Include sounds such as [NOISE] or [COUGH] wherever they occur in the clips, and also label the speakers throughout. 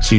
Speaker 1: Si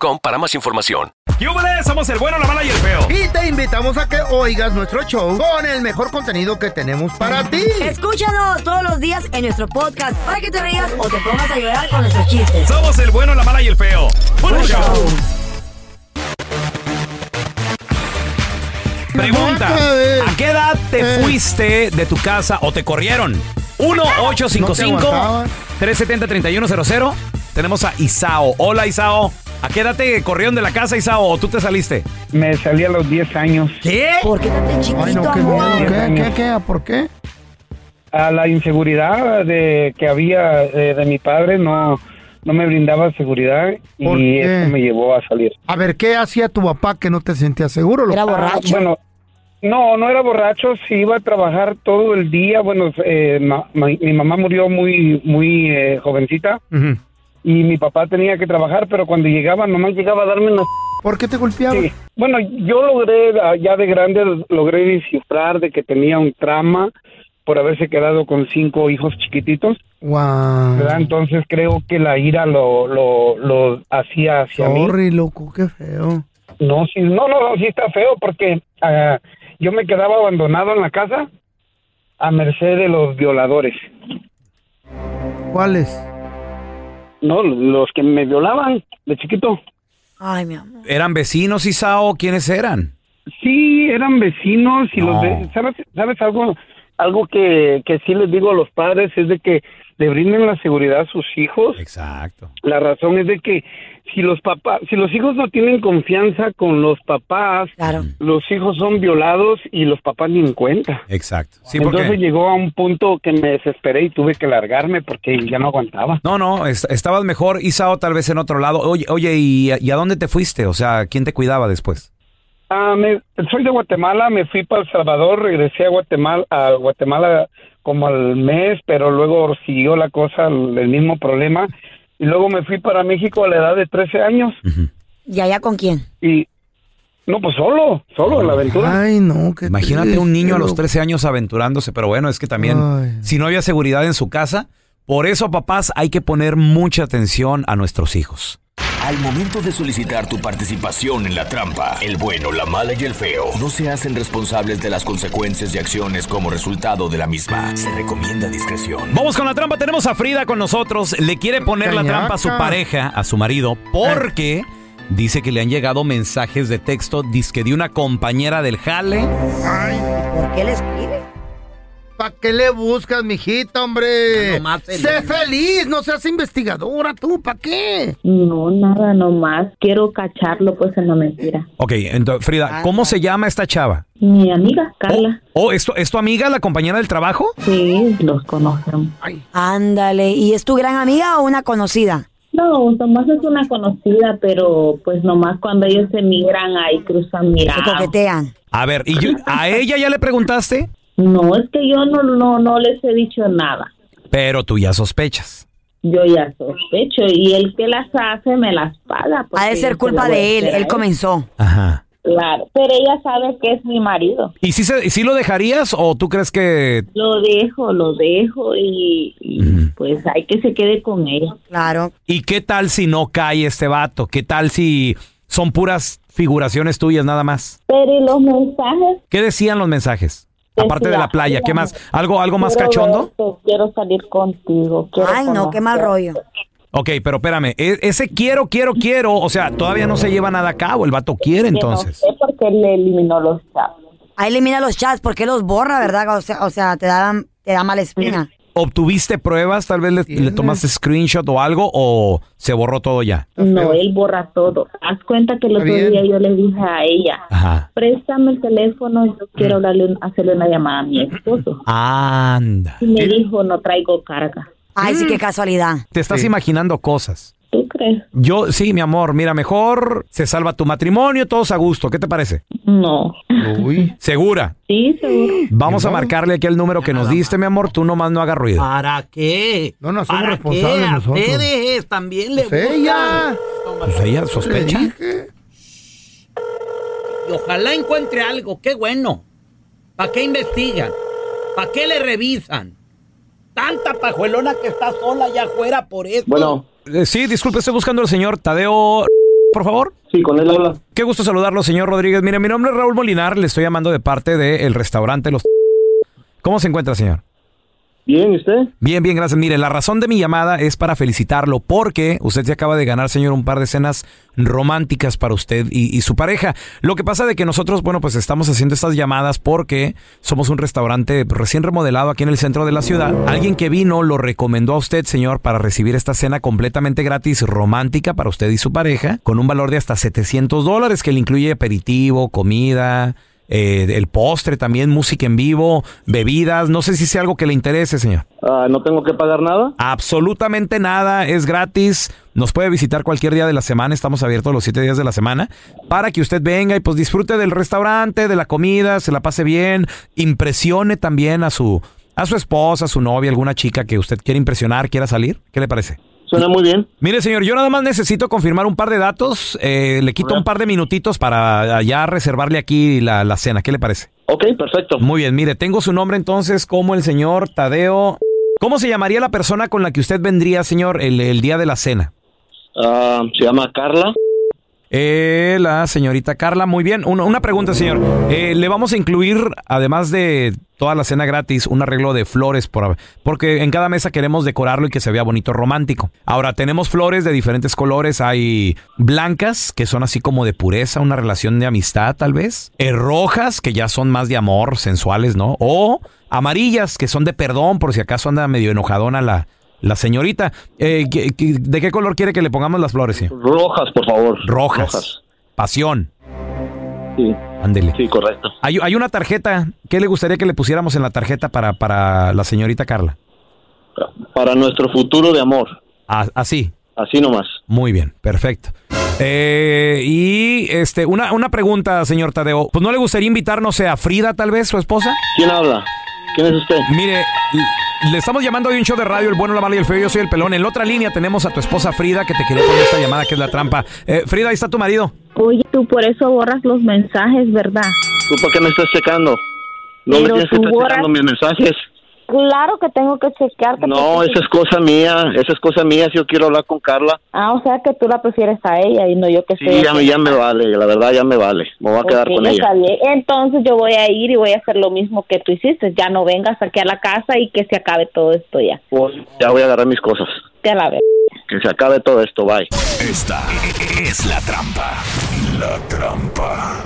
Speaker 2: para más información.
Speaker 3: ¡Yúbales! Somos el bueno, la mala y el feo.
Speaker 4: Y te invitamos a que oigas nuestro show con el mejor contenido que tenemos para ti.
Speaker 5: Escúchanos todos los días en nuestro podcast para que te rías o te pongas a llorar con nuestros chistes.
Speaker 3: Somos el bueno, la mala y el feo. ¡Puro show! Pregunta, Eh. ¿a qué edad te fuiste de tu casa o te corrieron? 1-855-370-3100. Tenemos a Isao. Hola, Isao. ¿A qué edad te corrieron de la casa, Isao? ¿O tú te saliste?
Speaker 6: Me salí a los 10 años.
Speaker 3: ¿Qué?
Speaker 5: ¿Por qué tan chiquito,
Speaker 4: Ay, no, qué
Speaker 5: amor?
Speaker 4: miedo. ¿Qué, qué,
Speaker 6: años.
Speaker 4: qué? ¿Por qué?
Speaker 6: A la inseguridad de que había eh, de mi padre no no me brindaba seguridad
Speaker 4: ¿Por
Speaker 6: y
Speaker 4: qué?
Speaker 6: eso me llevó a salir.
Speaker 4: A ver, ¿qué hacía tu papá que no te sentías seguro? loco?
Speaker 5: Era borracho.
Speaker 6: Bueno, no, no era borracho, sí iba a trabajar todo el día. Bueno, eh, ma- ma- mi mamá murió muy muy eh, jovencita
Speaker 4: Ujú.
Speaker 6: y mi papá tenía que trabajar, pero cuando llegaba, mamá llegaba a darme unas
Speaker 4: ¿Por qué te golpeaba?
Speaker 6: Sí. Bueno, yo logré, ah, ya de grande, logré descifrar de que tenía un trama por haberse quedado con cinco hijos chiquititos,
Speaker 4: Guau.
Speaker 6: ¿verdad? Entonces creo que la ira lo, lo, lo hacía hacia mí.
Speaker 4: Sorry, loco, qué feo.
Speaker 6: No, sí, no, no, no, sí está feo porque ah, yo me quedaba abandonado en la casa a merced de los violadores.
Speaker 4: ¿Cuál es?
Speaker 6: No, los que me violaban de chiquito.
Speaker 5: Ay, mi amor.
Speaker 3: ¿Eran vecinos, Isao? ¿Quiénes eran?
Speaker 6: Sí, eran vecinos y
Speaker 3: No.
Speaker 6: los de- ¿sabes, sabes algo algo que, que sí les digo a los padres es de que le brinden la seguridad a sus hijos.
Speaker 3: Exacto.
Speaker 6: La razón es de que si los papás, si los hijos no tienen confianza con los papás,
Speaker 5: Claro.
Speaker 6: los hijos son violados y los papás ni en cuenta.
Speaker 3: Exacto. Sí,
Speaker 6: Entonces
Speaker 3: porque...
Speaker 6: llegó a un punto que me desesperé y tuve que largarme porque ya no aguantaba.
Speaker 3: No, no, es- estabas mejor, Isao, tal vez en otro lado. Oye, oye ¿y, y a dónde te fuiste? O sea, ¿quién te cuidaba después?
Speaker 6: Ah, me- soy de Guatemala, me fui para El Salvador, regresé a Guatemala, a Guatemala como al mes, pero luego siguió la cosa, el el mismo problema. Y luego me fui para México a la edad de 13 años
Speaker 5: ¿Y allá con quién?
Speaker 6: y no, pues solo, solo en la aventura.
Speaker 4: Ay, no, qué
Speaker 3: Imagínate
Speaker 4: triste,
Speaker 3: un niño a los
Speaker 4: loco.
Speaker 3: 13 años aventurándose, pero bueno, es que también
Speaker 4: Ay.
Speaker 3: si no había seguridad en su casa, por eso papás hay que poner mucha atención a nuestros hijos.
Speaker 7: Al momento de solicitar tu participación en la trampa, el bueno, la mala y el feo no se hacen responsables de las consecuencias y acciones como resultado de la misma. Se recomienda discreción.
Speaker 3: Vamos con la trampa, tenemos a Frida con nosotros, le quiere poner la
Speaker 4: Cañaca.
Speaker 3: trampa a su pareja, a su marido, porque dice que le han llegado mensajes de texto, disque de una compañera del jale.
Speaker 5: ¿Por qué le escribe?
Speaker 4: ¿Para qué le buscas, mijita, hombre?
Speaker 3: Ya nomás feliz.
Speaker 4: sé feliz, no seas investigadora tú, ¿para qué?
Speaker 8: No, nada, nomás. Quiero cacharlo, pues, en la mentira.
Speaker 3: Ok,
Speaker 4: Ah,
Speaker 3: entonces, Frida, ¿cómo se llama esta chava?
Speaker 8: Mi amiga, Carla.
Speaker 3: Oh, oh, ¿es, tu, es tu amiga, la compañera del trabajo?
Speaker 8: Sí, los conocen.
Speaker 5: Ándale. ¿Y es tu gran amiga o una conocida?
Speaker 8: No, nomás es una conocida, pero pues nomás cuando ellos se migran ahí cruzan
Speaker 5: Se
Speaker 8: miradas.
Speaker 5: coquetean.
Speaker 3: A ver, ¿y yo- a ella ya le preguntaste?
Speaker 8: No, es que yo no, no, no les he dicho nada.
Speaker 3: Pero tú ya sospechas.
Speaker 8: Yo ya sospecho y el que las hace me las paga.
Speaker 5: Ha de ser culpa de él. Él
Speaker 8: comenzó.
Speaker 5: comenzó.
Speaker 3: Ajá.
Speaker 8: Claro, pero ella sabe que es mi marido.
Speaker 3: ¿Y si, se- si lo dejarías o tú crees que...
Speaker 8: Lo dejo, lo dejo y, y, pues hay que se quede con ella.
Speaker 5: Claro.
Speaker 3: ¿Y qué tal si no cae este vato? ¿Qué tal si son puras figuraciones tuyas nada más.
Speaker 8: Pero ¿y los mensajes?
Speaker 3: ¿Qué decían los mensajes?
Speaker 8: Pues
Speaker 3: Aparte de la playa, ¿qué más? ¿Algo, algo más
Speaker 8: Quiero
Speaker 3: cachondo?
Speaker 8: verte, quiero salir contigo. quiero
Speaker 5: Ay, no, qué mal rollo.
Speaker 3: Ok, pero espérame, e- ese quiero, quiero, quiero, o sea, todavía no se lleva nada a cabo, el vato quiere
Speaker 8: Que no
Speaker 3: entonces.
Speaker 8: sé por qué le eliminó los chats.
Speaker 5: Ahí elimina los chats, porque los borra, verdad? O sea, o sea te, da, te da mala espina.
Speaker 3: ¿Obtuviste pruebas? Tal vez le, le tomaste screenshot o algo o se borró todo ya.
Speaker 8: No, él borra todo. Haz cuenta que el otro
Speaker 4: bien.
Speaker 8: día yo le dije a ella,
Speaker 3: Ajá.
Speaker 8: préstame el teléfono, yo quiero
Speaker 3: Mm.
Speaker 8: hablarle, hacerle una llamada a mi esposo.
Speaker 3: Anda.
Speaker 8: Y me dijo, no traigo carga.
Speaker 5: Ay, sí, qué casualidad.
Speaker 3: Te estás imaginando cosas.
Speaker 8: ¿Tú crees?
Speaker 3: Yo, sí, mi amor, mira, mejor se salva tu matrimonio, todos a gusto. ¿Qué te parece?
Speaker 8: No.
Speaker 4: Uy.
Speaker 3: Segura.
Speaker 8: Sí, seguro.
Speaker 3: Vamos a marcarle aquí el número que nos diste, mi amor. Tú nomás no hagas ruido.
Speaker 4: Ah.
Speaker 9: ¿Para
Speaker 3: Eh,
Speaker 9: qué?
Speaker 4: No, no, somos
Speaker 9: ¿Para
Speaker 4: responsables
Speaker 9: qué? A
Speaker 4: nosotros.
Speaker 9: ustedes también le
Speaker 4: Pues ella.
Speaker 3: Pues ella
Speaker 4: Le
Speaker 3: sospecha.
Speaker 4: dije.
Speaker 9: gustan. Y ojalá encuentre algo. Qué bueno. ¿Para qué investigan? ¿Para qué le revisan? Tanta pajuelona que está sola allá afuera por eso.
Speaker 10: Bueno,
Speaker 3: Eh, sí, disculpe, estoy buscando al señor Tadeo, por favor.
Speaker 10: sí, con él habla.
Speaker 3: Qué gusto saludarlo, señor Rodríguez. Mire, mi nombre es Raúl Molinar. Le estoy llamando de parte del restaurante Los... ¿Cómo se encuentra, señor?
Speaker 10: Bien, ¿y usted?
Speaker 3: Bien, bien, gracias. Mire, la razón de mi llamada es para felicitarlo porque usted se acaba de ganar, señor, un par de cenas románticas para usted y, y su pareja. Lo que pasa de que nosotros, bueno, pues estamos haciendo estas llamadas porque somos un restaurante recién remodelado aquí en el centro de la ciudad. Alguien que vino lo recomendó a usted, señor, para recibir esta cena completamente gratis, romántica para usted y su pareja, con un valor de hasta 700 dólares que le incluye aperitivo, comida. eh, el postre también, música en vivo, bebidas, no sé si sea algo que le interese, señor.
Speaker 10: Ah, ¿No tengo que pagar nada?
Speaker 3: Absolutamente nada, es gratis. Nos puede visitar cualquier día de la semana, estamos abiertos los siete días de la semana, para que usted venga y pues disfrute del restaurante, de la comida, se la pase bien, impresione también a su a su esposa, a su novia, alguna chica que usted quiere impresionar, quiera salir. ¿Qué le parece?
Speaker 10: Suena muy bien.
Speaker 3: Mire, señor, yo nada más necesito confirmar un par de datos. eh, le quito un par de minutitos para ah, ya reservarle aquí la, la cena. ¿Qué le parece?
Speaker 10: Ok, perfecto.
Speaker 3: Muy bien, mire, tengo su nombre entonces como el señor Tadeo. ¿Cómo se llamaría la persona con la que usted vendría, señor, el, el día de la cena?
Speaker 10: Ah, se llama Carla.
Speaker 3: Eh, la señorita Carla, muy bien. Una, una pregunta, señor. Eh, Le vamos a incluir, además de toda la cena gratis, un arreglo de flores, por, porque en cada mesa queremos decorarlo y que se vea bonito, romántico. Ahora, tenemos flores de diferentes colores. Hay blancas, que son así como de pureza, una relación de amistad, tal vez. Eh, rojas, que ya son más de amor, sensuales, ¿no? O amarillas, que son de perdón, por si acaso anda medio enojadona la, la señorita. Eh, ¿qué- qué- ¿De qué color quiere que le pongamos las flores, señor?
Speaker 10: Rojas, por favor.
Speaker 3: Rojas. Pasión.
Speaker 10: Sí,
Speaker 3: Ándele.
Speaker 10: sí, correcto.
Speaker 3: Hay, hay una tarjeta. ¿Qué le gustaría que le pusiéramos en la tarjeta para, para la señorita Carla?
Speaker 10: Para nuestro futuro de amor.
Speaker 3: Ah, así.
Speaker 10: Así nomás.
Speaker 3: Muy bien. Perfecto. Eh, y este, una, una pregunta, señor Tadeo. Pues no le gustaría invitar, no sé, a Frida, tal vez, su esposa.
Speaker 10: ¿Quién habla? ¿Quién es usted?
Speaker 3: Mire, le estamos llamando hoy un show de radio, el bueno, la mala y el feo. Yo soy el pelón. En la otra línea tenemos a tu esposa Frida, que te quería poner esta llamada, que es la trampa. Eh, Frida, ahí está tu marido.
Speaker 8: Oye, tú por eso borras los mensajes, ¿verdad?
Speaker 10: ¿Tú para qué me estás checando? No me
Speaker 8: Pero
Speaker 10: tienes que
Speaker 8: tú
Speaker 10: estar
Speaker 8: borras-
Speaker 10: checando mis mensajes.
Speaker 8: Claro que tengo que chequearte.
Speaker 10: No,
Speaker 8: porque-
Speaker 10: esa es cosa mía. Esa es cosa mía. Si yo quiero hablar con Carla,
Speaker 8: Ah, o sea que tú la prefieres a ella y no yo que
Speaker 10: sí,
Speaker 8: sé.
Speaker 10: ya, me, ya me vale. La verdad, ya me vale. Me voy a quedar
Speaker 8: Ok,
Speaker 10: con
Speaker 8: está
Speaker 10: ella.
Speaker 8: bien. Entonces yo voy a ir y voy a hacer lo mismo que tú hiciste. Ya no vengas aquí a la casa y que se acabe todo esto ya.
Speaker 10: Voy- Ya voy a agarrar mis cosas.
Speaker 8: Que la ver.
Speaker 10: Que se acabe todo esto. Bye.
Speaker 7: Esta es la trampa. La trampa.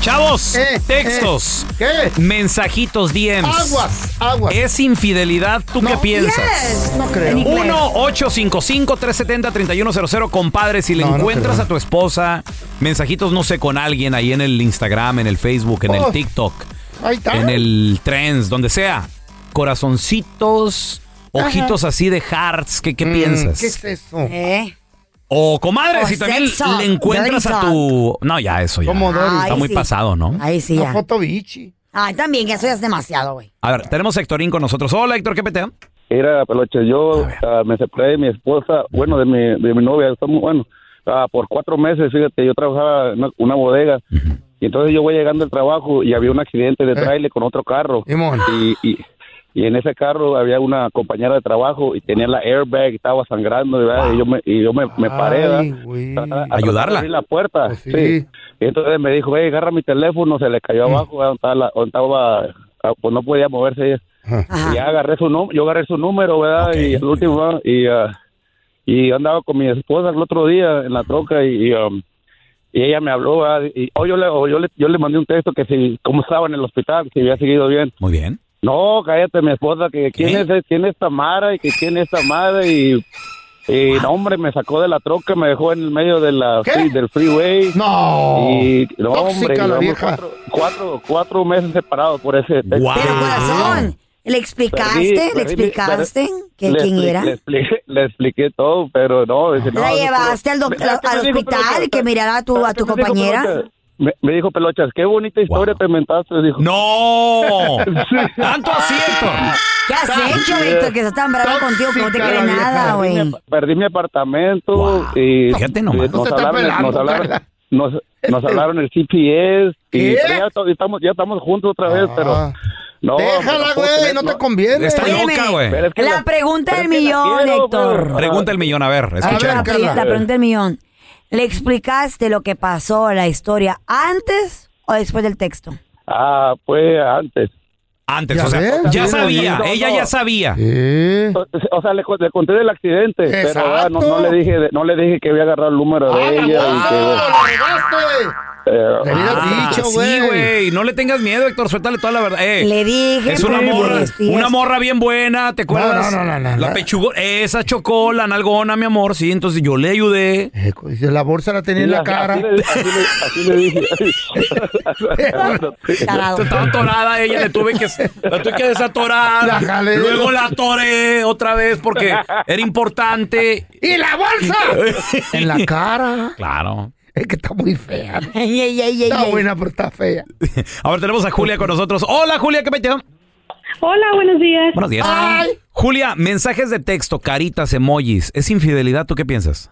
Speaker 3: Chavos,
Speaker 4: Eh,
Speaker 3: textos, Eh. mensajitos, DMs.
Speaker 4: Aguas, aguas.
Speaker 3: ¿Es infidelidad? ¿Tú qué piensas?
Speaker 4: Yes. No creo. En inglés.
Speaker 3: 1-855-370-3100, compadre. Si le
Speaker 4: No, no
Speaker 3: encuentras
Speaker 4: creo.
Speaker 3: a tu esposa, mensajitos, no sé, con alguien ahí en el Instagram, en el Facebook, en
Speaker 4: Oh.
Speaker 3: el TikTok,
Speaker 4: Ahí está.
Speaker 3: en el Trends, donde sea. Corazoncitos,
Speaker 4: Ajá.
Speaker 3: ojitos así de hearts. ¿Qué, qué
Speaker 4: Mm,
Speaker 3: piensas?
Speaker 4: ¿Qué es eso?
Speaker 5: Eh,
Speaker 3: O comadre,
Speaker 5: Oh,
Speaker 4: O
Speaker 3: si también
Speaker 4: sex talk,
Speaker 3: le encuentras
Speaker 4: dirty
Speaker 3: a tu... No, ya, eso ya.
Speaker 4: Como dirty.
Speaker 3: Está
Speaker 5: Ay,
Speaker 3: muy
Speaker 5: sí.
Speaker 3: pasado, ¿no?
Speaker 5: Ahí sí, ya.
Speaker 4: foto bichi.
Speaker 5: Ay, también, eso ya es demasiado, güey.
Speaker 3: A ver, tenemos a Héctorín con nosotros. Hola, Héctor, ¿qué peteo?
Speaker 11: Mira, Peloche, yo ah, me separé de mi esposa, bueno, de mi, de mi novia, estamos, bueno, ah, por cuatro meses, fíjate, yo trabajaba en una, una bodega, y entonces yo voy llegando al trabajo y había un accidente
Speaker 3: Eh.
Speaker 11: de trailer con otro carro, y, y, y en ese carro había una compañera de trabajo y tenía la airbag, estaba sangrando, ¿verdad? y yo me, y yo me, me paré, ¿verdad? A- a tratar de
Speaker 3: Ayudarla. Pues
Speaker 11: abrir la puerta, sí.
Speaker 3: sí.
Speaker 11: Y entonces me dijo, hey, agarra mi teléfono, se le cayó abajo, donde estaba, la- donde estaba, ah, pues no podía moverse ella. Y ya agarré su número, yo agarré su número, ¿verdad? Y el último, ¿verdad? y, ah, y andaba con mi esposa el otro día en la troca y, y, um, y ella me habló, ¿verdad? y o yo, le, o yo, le, yo le mandé un texto que si, cómo estaba en el hospital, si había seguido bien.
Speaker 3: Muy bien.
Speaker 11: No, cállate, mi esposa, que quién es, e- quién es Tamara y que quién es Tamara y... Y no, hombre, me sacó de la troca, me dejó en el medio de la, sí, del freeway.
Speaker 4: No.
Speaker 11: Y, no,
Speaker 4: Tóxica
Speaker 11: hombre,
Speaker 4: la
Speaker 11: llevamos
Speaker 4: vieja.
Speaker 11: Cuatro, cuatro, cuatro meses separados por ese texto.
Speaker 5: Pero corazón, ¿le explicaste?
Speaker 11: Ah. Perdí-
Speaker 5: ¿Le
Speaker 11: perdí mi-
Speaker 5: explicaste
Speaker 11: perdí-
Speaker 5: que,
Speaker 11: le
Speaker 5: quién
Speaker 11: expli-
Speaker 5: era?
Speaker 11: Le expliqué, le expliqué todo, pero no. Dice, no
Speaker 5: ¿La
Speaker 11: no,
Speaker 5: llevaste al, doc-
Speaker 11: pero-
Speaker 5: al- al
Speaker 11: me dijo,
Speaker 5: hospital y que mirara a tu, a tu
Speaker 11: pero- me dijo,
Speaker 5: compañera?
Speaker 11: Pelochas, Me, me dijo Pelochas, qué bonita historia te inventaste.
Speaker 4: [LAUGHS]
Speaker 11: Dijo.
Speaker 3: ¡No! ¡Tanto así,
Speaker 4: Ah.
Speaker 5: ¿Qué has hecho,
Speaker 11: Yeah.
Speaker 5: Víctor? Que estás tan bravo contigo que no te cree nada, güey.
Speaker 11: Perdí mi apartamento y
Speaker 3: Fíjate
Speaker 11: nomás.
Speaker 5: No
Speaker 11: Nos
Speaker 5: te está
Speaker 11: hablaron,
Speaker 5: pelando,
Speaker 11: nos hablaron,
Speaker 5: Carla.
Speaker 11: nos, nos
Speaker 4: Este
Speaker 11: hablaron el GPS y pero ya, to- estamos, ya estamos juntos otra vez, pero no.
Speaker 4: Ah. Déjala, güey, no te conviene.
Speaker 3: Está loca, güey.
Speaker 11: Pero es que
Speaker 5: La pregunta del millón, Héctor.
Speaker 3: Pregunta el millón, a ver,
Speaker 5: la,
Speaker 3: escucha.
Speaker 5: pre- la pregunta del millón. ¿Le explicaste lo que pasó, la historia, antes o después del texto?
Speaker 11: Ah, pues antes.
Speaker 3: Antes, o sea, ya sabía, ella ya sabía. Eh.
Speaker 11: O, o sea, le, co- le conté del accidente, pero ah, no, no le dije, de- no le dije que había agarrado el
Speaker 9: Ah,
Speaker 11: número
Speaker 12: Ah,
Speaker 11: de ella. y eh, que- pero-
Speaker 3: Ah,
Speaker 11: dicho,
Speaker 3: Sí, güey. No le tengas miedo, Héctor. Suéltale toda la verdad. Eh,
Speaker 5: Le dije,
Speaker 3: Es una
Speaker 5: pues,
Speaker 3: morra,
Speaker 5: sí,
Speaker 3: una
Speaker 5: es-
Speaker 3: morra bien buena, ¿te acuerdas?
Speaker 4: no, no, no,
Speaker 3: La
Speaker 4: no.
Speaker 3: pechugo, esa chocó, la nalgona, mi amor. Sí, entonces yo le ayudé.
Speaker 4: Eh, La bolsa la tenía en
Speaker 3: Sí,
Speaker 4: la
Speaker 3: así-
Speaker 4: cara.
Speaker 3: así le- así
Speaker 12: [LAUGHS]
Speaker 5: [LAUGHS]
Speaker 3: Estaba atorada ella, le tuve que, la tuve que desatorar.
Speaker 4: La jalé.
Speaker 3: Luego la atoré otra vez porque era importante.
Speaker 4: ¡Y
Speaker 9: [LAUGHS]
Speaker 4: la bolsa! en la cara.
Speaker 3: Claro.
Speaker 4: Es que está muy fea. está buena, pero está fea.
Speaker 3: Ahora tenemos a Julia con nosotros. Hola, Julia, ¿qué peteo?
Speaker 13: Hola, buenos días.
Speaker 3: Buenos días. Julia, mensajes de texto, caritas, emojis. ¿Es infidelidad? ¿Tú qué piensas?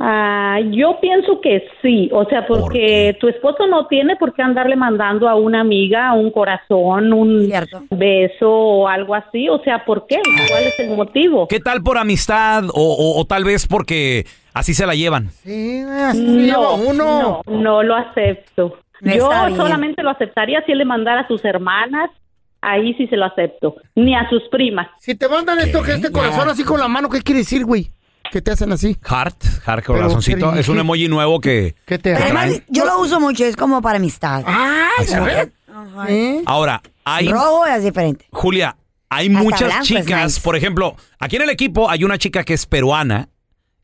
Speaker 13: Ah, yo pienso que sí, o sea, porque tu esposo no tiene por qué andarle mandando a una amiga un corazón, un beso o algo así, o sea, ¿por qué? ¿Cuál es el motivo?
Speaker 3: ¿Qué tal por amistad o, o- o tal vez porque así se la llevan?
Speaker 9: Ah,
Speaker 13: No, no, no lo acepto.
Speaker 5: No
Speaker 13: yo
Speaker 5: está bien.
Speaker 13: solamente lo aceptaría si él le mandara a sus hermanas, ahí sí se lo acepto, ni a sus primas.
Speaker 4: Si te mandan esto que este corazón así con la mano, ¿qué quiere decir, güey? Que te hacen así.
Speaker 3: Heart, heart, corazoncito.
Speaker 4: ¿qué-
Speaker 3: Es un emoji nuevo que...
Speaker 4: ¿Qué te
Speaker 3: hace?
Speaker 5: Además, yo lo uso mucho, es como para amistad. ¿Eh?
Speaker 4: ¡Ah,
Speaker 3: ya ves. Ahora, hay...
Speaker 5: Rojo es diferente.
Speaker 3: Julia, hay
Speaker 5: Hasta
Speaker 3: muchas
Speaker 5: blanco es
Speaker 3: chicas,
Speaker 5: nice.
Speaker 3: por ejemplo, aquí en el equipo hay una chica que es peruana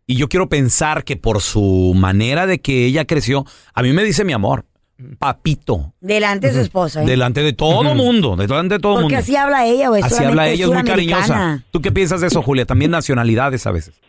Speaker 3: y yo quiero pensar que por su manera de que ella creció, a mí me dice mi amor, papito,
Speaker 5: Delante de su esposa, ¿eh?
Speaker 3: delante de todo mundo, delante de todo
Speaker 5: Porque
Speaker 3: mundo.
Speaker 5: así habla ella, güey.
Speaker 3: Así
Speaker 5: solamente
Speaker 3: habla ella, es muy
Speaker 5: suramericana.
Speaker 3: cariñosa. ¿Tú qué piensas de eso, Julia? También nacionalidades a veces.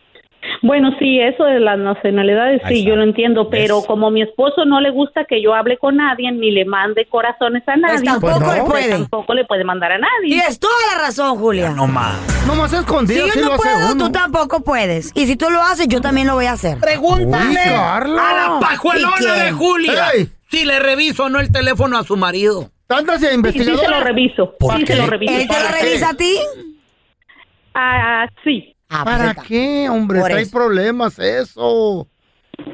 Speaker 13: Bueno, sí, eso de las nacionalidades,
Speaker 12: Ahí
Speaker 13: sí,
Speaker 12: está.
Speaker 13: yo lo entiendo, pero
Speaker 12: ¿Ves?
Speaker 13: como mi esposo no le gusta que yo hable con nadie ni le mande corazones a nadie,
Speaker 5: tampoco Pues no. él puede.
Speaker 13: tampoco le puede mandar a nadie.
Speaker 5: Tienes toda la razón, Julia.
Speaker 9: No más.
Speaker 4: No más
Speaker 5: Si
Speaker 4: escondido,
Speaker 5: yo
Speaker 4: sí
Speaker 5: no
Speaker 4: lo hace
Speaker 5: puedo,
Speaker 4: uno.
Speaker 5: tú tampoco puedes. Y si tú lo haces, yo también lo voy a hacer.
Speaker 9: Pregúntale
Speaker 4: Uy, Carla.
Speaker 9: eh. a la pajuelona de Julia
Speaker 4: Ey.
Speaker 9: si le reviso o no el teléfono a su marido.
Speaker 4: Tantas investigadora.
Speaker 13: lo reviso.
Speaker 9: ¿Por
Speaker 13: sí,
Speaker 9: qué?
Speaker 13: se lo reviso.
Speaker 9: ¿Él te lo
Speaker 13: ¿Para qué?
Speaker 5: revisa a ti? pues
Speaker 13: Ah, sí.
Speaker 4: ¿Para qué, hombre?
Speaker 13: Por
Speaker 4: Trae
Speaker 13: eso.
Speaker 4: problemas eso.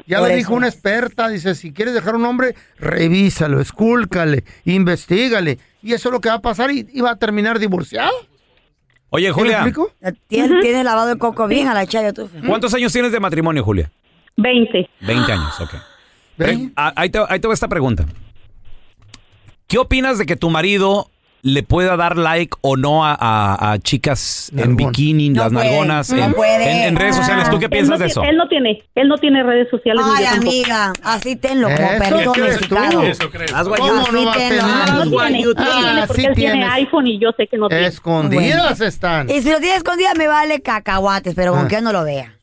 Speaker 4: Ya
Speaker 13: Por
Speaker 4: le
Speaker 13: eso.
Speaker 4: dijo una experta, dice, si quieres dejar un hombre, revísalo, escúlcale, investigale. Y eso es lo que va a pasar y, y va a terminar divorciada.
Speaker 3: Oye,
Speaker 4: ¿Me
Speaker 3: Julia,
Speaker 4: explico?
Speaker 5: Tienes, tienes Eh, lavado el coco bien a la chayo tú.
Speaker 3: ¿cuántos años tienes de matrimonio, Julia?
Speaker 13: 20.
Speaker 3: 20 años, ok. Eh, ah, ahí, te, ahí te va esta pregunta. ¿Qué opinas de que tu marido le pueda dar like o no a, a- a chicas en bikini, las
Speaker 13: puede,
Speaker 3: nalgonas,
Speaker 13: no
Speaker 3: en,
Speaker 13: puede.
Speaker 3: en- en redes sociales? ¿Tú qué
Speaker 13: Él
Speaker 5: Ah.
Speaker 3: piensas
Speaker 13: no
Speaker 3: de eso?
Speaker 13: tiene- Él no tiene, él no tiene redes sociales. ni
Speaker 5: Ay,
Speaker 13: yo tampoco.
Speaker 5: amiga, así tenlo como
Speaker 13: Eso
Speaker 5: perrito
Speaker 13: crees tú.
Speaker 5: domesticado.
Speaker 13: Eso crees tú. That's what
Speaker 5: Así
Speaker 13: you- ¿Cómo no va a
Speaker 5: tenlo,
Speaker 13: tener?
Speaker 5: ah.
Speaker 13: That's what you- No tiene, Ah, porque sí él tiene tienes. iPhone y yo sé que no tiene.
Speaker 4: Escondidas están.
Speaker 5: Y si lo tiene escondida, me vale cacahuates, pero
Speaker 13: Ah.
Speaker 5: con que yo no lo vea.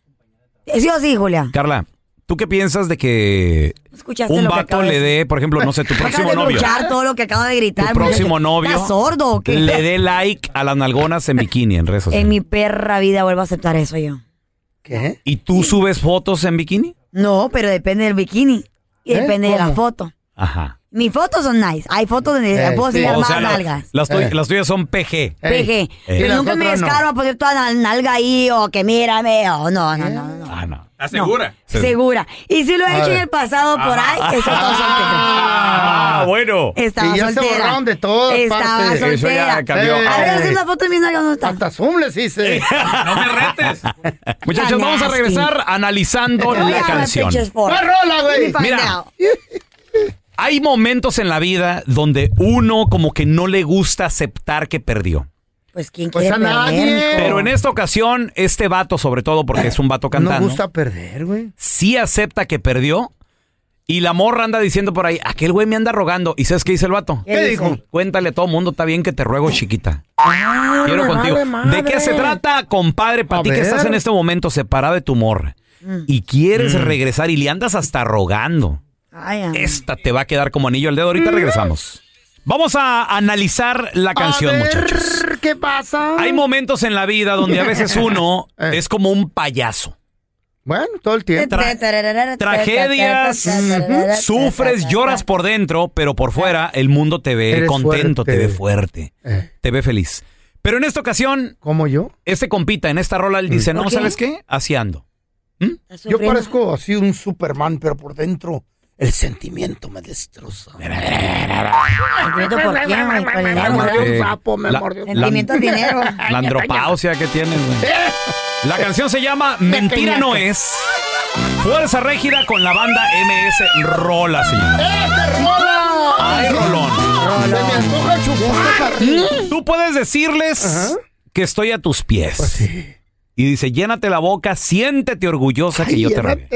Speaker 5: Sí o sí, Julia.
Speaker 3: Carla, ¿tú qué piensas de que
Speaker 5: Escuchaste
Speaker 3: un
Speaker 5: lo que
Speaker 3: vato
Speaker 5: acabo de
Speaker 3: le
Speaker 5: decir.
Speaker 3: dé, por ejemplo, no sé, tu próximo
Speaker 5: Acabas de
Speaker 3: novio?
Speaker 5: escuchar todo lo que acabo de gritar.
Speaker 3: Tu próximo
Speaker 5: mujer.
Speaker 3: novio
Speaker 5: ¿Estás sordo o qué?
Speaker 3: le dé like a las nalgonas en bikini en redes
Speaker 5: En
Speaker 4: Pues
Speaker 3: sociales.
Speaker 5: mi perra vida vuelvo a aceptar eso yo.
Speaker 4: ¿Qué?
Speaker 3: ¿Y tú subes fotos en bikini?
Speaker 5: No, pero depende del bikini. Y
Speaker 3: ¿Eh?
Speaker 5: depende de la
Speaker 3: ¿Cómo?
Speaker 5: foto.
Speaker 3: Ajá.
Speaker 5: Mis fotos son nice. Hay fotos donde puedo enseñar
Speaker 3: O
Speaker 5: más
Speaker 3: sea, la-
Speaker 5: nalgas.
Speaker 3: Las, tuy- las tuyas son PG.
Speaker 5: PG.
Speaker 3: Eh.
Speaker 5: Pero nunca me descaro a poner toda la nalga ahí o que mírame o no, no, no, no.
Speaker 3: Ah, no.
Speaker 14: ¿Estás segura?
Speaker 5: Segura. Y si lo he
Speaker 14: A
Speaker 5: hecho en
Speaker 14: ver.
Speaker 5: el pasado por ahí,
Speaker 14: Ah.
Speaker 5: estaba soltera.
Speaker 3: Ah, bueno.
Speaker 5: Estaba
Speaker 4: Y ya se
Speaker 5: soltera.
Speaker 4: borraron de todas
Speaker 5: Estaba
Speaker 4: partes.
Speaker 5: soltera.
Speaker 4: Eso ya cambió.
Speaker 5: A ver,
Speaker 4: Ay.
Speaker 5: haz una foto de mis nalgas ¿dónde está?
Speaker 4: Hasta Zoom les
Speaker 3: [LAUGHS]
Speaker 4: hice.
Speaker 3: Muchachos,
Speaker 4: Tan
Speaker 3: vamos a
Speaker 4: nasty.
Speaker 3: regresar analizando
Speaker 4: Voy a
Speaker 3: la
Speaker 4: ver
Speaker 3: canción.
Speaker 4: pictures for- ¡Más Pues rola, güey! Let me find
Speaker 3: Mira,
Speaker 4: out.
Speaker 3: hay momentos en la vida donde uno como que no le gusta aceptar que perdió.
Speaker 5: Pues quién
Speaker 4: Pues
Speaker 5: quiere
Speaker 4: a nadie.
Speaker 5: perder, mijo?
Speaker 3: Pero en esta ocasión, este vato, sobre todo porque es un vato
Speaker 4: No
Speaker 3: cantando,
Speaker 4: gusta perder, güey.
Speaker 3: sí acepta que perdió. Y la morra anda diciendo por ahí, aquel güey me anda rogando. ¿Y sabes qué dice el vato?
Speaker 4: ¿Qué ¿Qué dijo? dice?
Speaker 3: Cuéntale a todo mundo, está bien que te ruego, chiquita. Quiero
Speaker 4: Ah, me
Speaker 3: contigo.
Speaker 4: vale madre.
Speaker 3: ¿De qué se trata, compadre? Para
Speaker 4: A
Speaker 3: ti que
Speaker 4: ver. Mm.
Speaker 3: estás en este momento separado de tu morra y quieres regresar y le andas hasta rogando.
Speaker 5: Ay, ay.
Speaker 3: Esta te va a quedar como anillo al dedo. Ahorita regresamos. Vamos a analizar la canción, muchachos.
Speaker 4: ¿Qué pasa?
Speaker 3: Hay momentos en la vida donde a veces
Speaker 4: [LAUGHS]
Speaker 3: uno es como un payaso.
Speaker 4: Bueno, todo el tiempo.
Speaker 3: Tragedias, sufres, lloras por dentro, pero por fuera el mundo te ve
Speaker 4: Eres fuerte.
Speaker 3: contento, te ve fuerte, te ve feliz. Pero en esta ocasión,
Speaker 4: Eh, ¿como yo?
Speaker 3: Este compita en esta rola él dice,
Speaker 4: ¿Por
Speaker 3: no,
Speaker 4: qué?
Speaker 3: ¿sabes qué? Así ando.
Speaker 4: Yo parezco así un Superman, pero por dentro el sentimiento me destroza.
Speaker 5: Sentimiento por quién, güey, por el
Speaker 4: Me
Speaker 5: amor.
Speaker 4: mordió un
Speaker 3: Eh,
Speaker 4: sapo, me
Speaker 3: la-
Speaker 4: mordió un
Speaker 5: Sentimiento
Speaker 4: sapo. [LAUGHS]
Speaker 5: es dinero.
Speaker 3: La andropausia que tienes, güey. La canción se llama Mentira no es. Fuerza Régida con la banda MS Rola, señor.
Speaker 4: ¡Ay,
Speaker 3: Rolón!
Speaker 4: Se me antoja chupar.
Speaker 3: Tú puedes decirles que estoy a tus pies.
Speaker 4: Pues
Speaker 3: Y dice, llénate la boca, siéntete orgullosa que yo te rabio.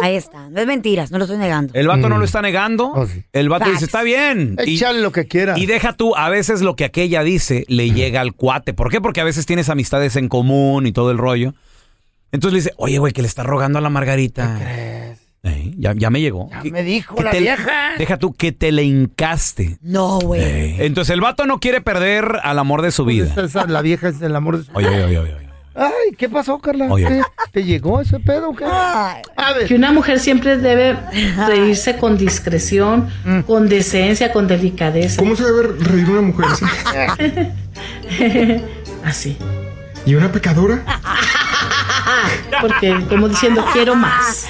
Speaker 5: Ahí está. No es mentiras, no lo estoy negando.
Speaker 3: El vato
Speaker 4: Mm.
Speaker 3: no lo está negando.
Speaker 4: Oh,
Speaker 3: El vato dice,
Speaker 5: Facts.
Speaker 3: está bien.
Speaker 4: Échale lo que quiera.
Speaker 3: Y deja tú, a veces lo que aquella dice le llega al cuate. ¿Por qué? Porque a veces tienes amistades en común y todo el rollo. Entonces le dice, oye, güey, que le está rogando a la Margarita. Eh, ya, ya me llegó. Que-
Speaker 4: Me dijo
Speaker 3: que
Speaker 4: la
Speaker 3: te-
Speaker 4: vieja.
Speaker 3: Deja tú que te le hincaste.
Speaker 5: No, güey.
Speaker 3: Eh, Entonces el vato no quiere perder al amor de su vida.
Speaker 4: Esa- la vieja es Pues el amor de su-
Speaker 3: Oye, oye, oye, oye. oye.
Speaker 4: Ay, ¿qué pasó, Carla?
Speaker 3: Oye.
Speaker 4: ¿Qué? ¿Te llegó ese pedo o qué? A ver.
Speaker 12: Que una mujer siempre debe reírse con discreción, con decencia, con delicadeza. Mm. ¿Cómo se debe reír una mujer? [LAUGHS] Así.
Speaker 15: ¿Y una pecadora?
Speaker 12: [LAUGHS] Porque como diciendo, quiero más.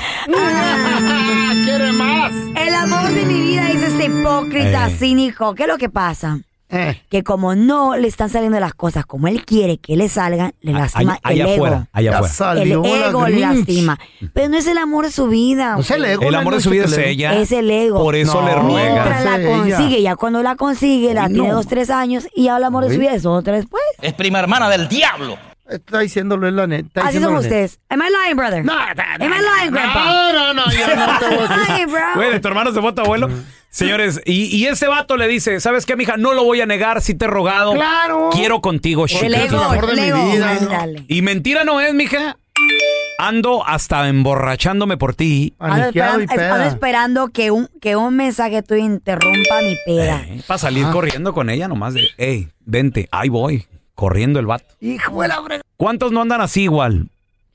Speaker 4: ¡Quiere más!
Speaker 5: El amor de mi vida es este hipócrita,
Speaker 12: Eh.
Speaker 5: cínico. ¿Qué es lo que pasa?
Speaker 4: Eh,
Speaker 5: Que como no le están saliendo las cosas como él quiere que le salgan, le lastima
Speaker 3: Ah, allá
Speaker 5: el
Speaker 3: afuera,
Speaker 5: ego.
Speaker 3: allá
Speaker 4: Ya
Speaker 3: afuera.
Speaker 5: El
Speaker 4: salió la
Speaker 5: ego le
Speaker 4: Grinch.
Speaker 5: lastima. Pero no es el amor de su vida.
Speaker 4: No es
Speaker 5: güey.
Speaker 4: el ego,
Speaker 3: El amor de su vida es ella.
Speaker 5: Es el ego.
Speaker 3: Por eso le ruega.
Speaker 5: Mientras la consigue, ya cuando la consigue, la
Speaker 4: Ay,
Speaker 5: tiene
Speaker 4: no.
Speaker 5: dos, tres años y ya el amor de su
Speaker 4: Uy.
Speaker 5: vida es otra después.
Speaker 4: Es prima hermana del diablo. Está diciéndole la neta.
Speaker 5: Así son ustedes. Am I lying, brother? Am I lying, grandpa?
Speaker 4: No, no, no, yo no te voy a
Speaker 5: [LAUGHS] Ay, bro.
Speaker 3: Güey, de tu hermano se vota, abuelo. Señores, y, y ese vato le dice, ¿sabes qué, mija? No lo voy a negar, si te he rogado.
Speaker 4: Claro.
Speaker 3: Quiero contigo,
Speaker 4: El
Speaker 3: chica.
Speaker 4: ego, Es el amor de el mi ego. vida.
Speaker 3: Y mentira no es, mija. Ando hasta emborrachándome por ti.
Speaker 5: Ando esperando, ando esperando que, un, que un mensaje tuyo interrumpa mi peda.
Speaker 4: Eh,
Speaker 3: Eh, Para salir corriendo con ella nomás de, hey, vente, ahí voy, corriendo el vato.
Speaker 5: Hijo de la brega.
Speaker 3: ¿Cuántos no andan así igual?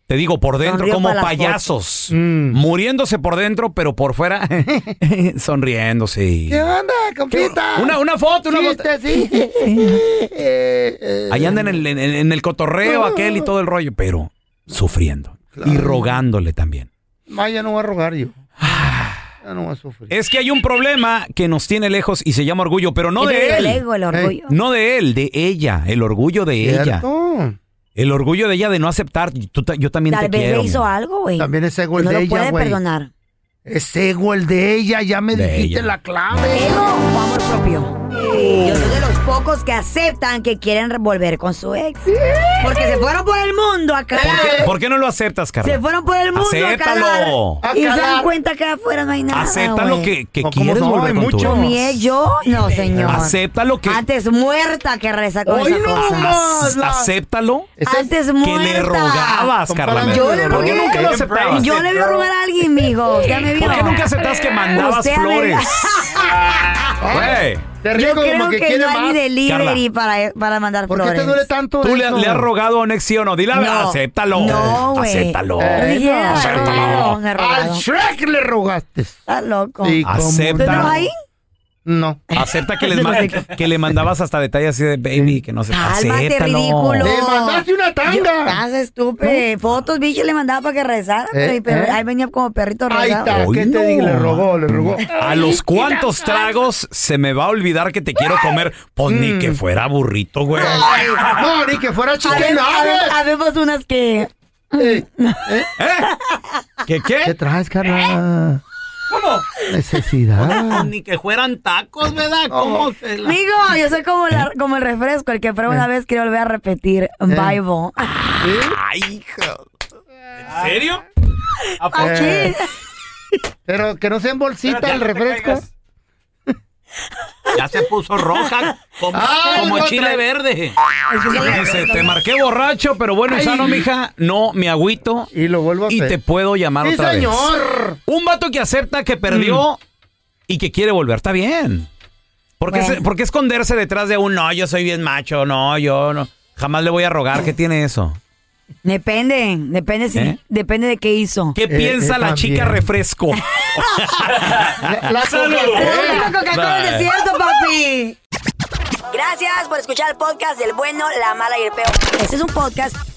Speaker 3: Te digo, por dentro
Speaker 5: Sonrío
Speaker 3: como
Speaker 5: pa' las
Speaker 3: payasos, muriéndose por dentro, pero por fuera [LAUGHS] sonriéndose. y-
Speaker 4: ¿Qué onda, compita?
Speaker 3: Una- una foto, una foto.
Speaker 4: Sí, sí. Eh, eh.
Speaker 3: Ahí andan en, en- en el cotorreo aquel y todo el rollo, pero sufriendo y rogándole también.
Speaker 4: [LAUGHS] Ma, ya no voy a rogar yo. Ya no voy a sufrir.
Speaker 3: Ah. Es que hay un problema que nos tiene lejos y se llama orgullo, pero no
Speaker 4: Es
Speaker 3: de
Speaker 4: el
Speaker 3: él.
Speaker 4: ego, el orgullo.
Speaker 3: Ey. No de él, de ella, el orgullo de ella. El orgullo de ella de no aceptar, tú ta- yo
Speaker 4: Eh,
Speaker 3: también
Speaker 5: Tal
Speaker 3: te
Speaker 5: vez
Speaker 3: quiero.
Speaker 5: le hizo
Speaker 3: amor.
Speaker 5: algo, güey.
Speaker 4: También es ego el
Speaker 5: no
Speaker 4: de
Speaker 5: lo
Speaker 4: ella,
Speaker 5: puede
Speaker 4: güey.
Speaker 5: perdonar.
Speaker 4: Es ego el de ella, ya me
Speaker 3: De
Speaker 4: dijiste
Speaker 3: ella.
Speaker 4: la clave.
Speaker 5: Ego o amor propio. Yo soy de los pocos que aceptan que quieren volver con su ex. Porque se fueron por el mundo a calar.
Speaker 3: ¿Por qué no lo aceptas, Carla?
Speaker 5: Se fueron por el mundo
Speaker 3: Acéptalo.
Speaker 5: a calar. Y se
Speaker 3: Acéptalo.
Speaker 5: dan cuenta que afuera no hay nada.
Speaker 3: Acepta lo
Speaker 5: güey.
Speaker 3: que, que quieres volver con tu ex.
Speaker 5: Mi ex, yo, no, señor.
Speaker 3: Acepta lo que...
Speaker 5: Antes muerta que reza con
Speaker 3: Hoy
Speaker 5: esa
Speaker 3: no
Speaker 5: cosa.
Speaker 3: más, la- Acéptalo.
Speaker 5: Antes
Speaker 3: Que
Speaker 5: muerta.
Speaker 3: le rogabas, Carla.
Speaker 5: Yo le
Speaker 3: ¿Por qué
Speaker 5: rogué.
Speaker 3: nunca lo aceptabas?
Speaker 5: Yo le voy a rogar a alguien, mijo. Ya me vio.
Speaker 3: ¿Por qué nunca aceptabas que mandabas
Speaker 5: Usted a ver. [LAUGHS]
Speaker 3: flores? Güey.
Speaker 4: Te ríes
Speaker 5: Yo
Speaker 4: como
Speaker 5: creo
Speaker 4: que
Speaker 5: que,
Speaker 4: quiere
Speaker 5: no hay
Speaker 4: más.
Speaker 5: ni delivery para, para mandar
Speaker 4: ¿Por qué
Speaker 5: flores.
Speaker 4: te duele tanto
Speaker 3: ¿Tú le,
Speaker 4: eso?
Speaker 3: le has rogado a un ex sí o no? Dile, la verdad,
Speaker 4: No.
Speaker 3: acéptalo.
Speaker 4: No, güey.
Speaker 3: acéptalo.
Speaker 4: Eh, no.
Speaker 5: "Ah,
Speaker 3: acéptalo.
Speaker 5: me he
Speaker 4: Al
Speaker 5: rogado.
Speaker 4: Shrek le rogaste.
Speaker 5: Estás loco.
Speaker 4: Sí, cómo
Speaker 3: Acepta.
Speaker 4: no.
Speaker 3: ¿Pero
Speaker 5: ahí?
Speaker 4: No.
Speaker 3: Acepta
Speaker 5: [LAUGHS]
Speaker 3: que, les man- que le mandabas hasta detalles así de baby, que no se
Speaker 5: Cálmate,
Speaker 3: acéptalo.
Speaker 5: ridículo.
Speaker 4: Le mandaste una tanga.
Speaker 5: Yo- Estás estúpido. Fotos, bicho, le mandaba para que rezara.
Speaker 3: Eh,
Speaker 5: pero- y pero
Speaker 3: eh.
Speaker 5: ahí venía como perrito rezado.
Speaker 3: Hoy
Speaker 4: ¿qué te
Speaker 3: no.
Speaker 4: digo? Le rogó, le
Speaker 5: [LAUGHS]
Speaker 4: rogó.
Speaker 3: ¿A los cuantos tragos se me va a olvidar que te quiero comer? Pues ni que fuera burrito, güey.
Speaker 4: Ay, Mm. No, ni que fuera ¿eh? chicken
Speaker 5: Habemos- habe-
Speaker 4: nugget.
Speaker 5: Habemos pues, unas que...
Speaker 3: ¿Eh? ¿Qué qué?
Speaker 4: ¿Qué traes, Carla?
Speaker 9: ¿Cómo?
Speaker 5: ¿Eh? [LAUGHS]
Speaker 3: Ah,
Speaker 4: Necesidad.
Speaker 9: Ni que fueran tacos, ¿verdad? ¿Cómo se la...
Speaker 5: Amigo, yo soy como, la-
Speaker 3: Eh.
Speaker 5: como el refresco, el que prueba una vez quiere volver a repetir. Bible.
Speaker 3: Ay, hijo. ¿En serio? Ah,
Speaker 4: Eh, [LAUGHS] Pero que no sea en bolsita el refresco.
Speaker 9: Ya se puso roja como,
Speaker 4: Ay,
Speaker 9: como
Speaker 4: no
Speaker 9: chile
Speaker 4: trae-
Speaker 9: verde.
Speaker 3: Dice, te marqué borracho, pero bueno, y sano,
Speaker 9: Ay.
Speaker 3: mija, no me agüito. Y lo vuelvo
Speaker 4: a
Speaker 3: Y
Speaker 4: hacer.
Speaker 3: te puedo llamar
Speaker 4: Sí,
Speaker 3: Ah, otra
Speaker 4: señor.
Speaker 3: vez. Un vato que acepta que perdió y que quiere volver, está bien. ¿Por qué,
Speaker 5: Bueno.
Speaker 3: se- por qué esconderse detrás de un no, yo soy bien macho, no, yo no? Jamás le voy a rogar, ¿qué tiene eso?
Speaker 5: Depende, depende, si,
Speaker 3: ¿Eh?
Speaker 5: depende de qué hizo.
Speaker 3: ¿Qué piensa la chica refresco? [LAUGHS]
Speaker 4: la
Speaker 3: Salud.
Speaker 5: Coca-Cola. La Coca-Cola
Speaker 3: Bye.
Speaker 5: del desierto, papi. Gracias por escuchar el podcast del bueno, la mala y el peor. Este es un podcast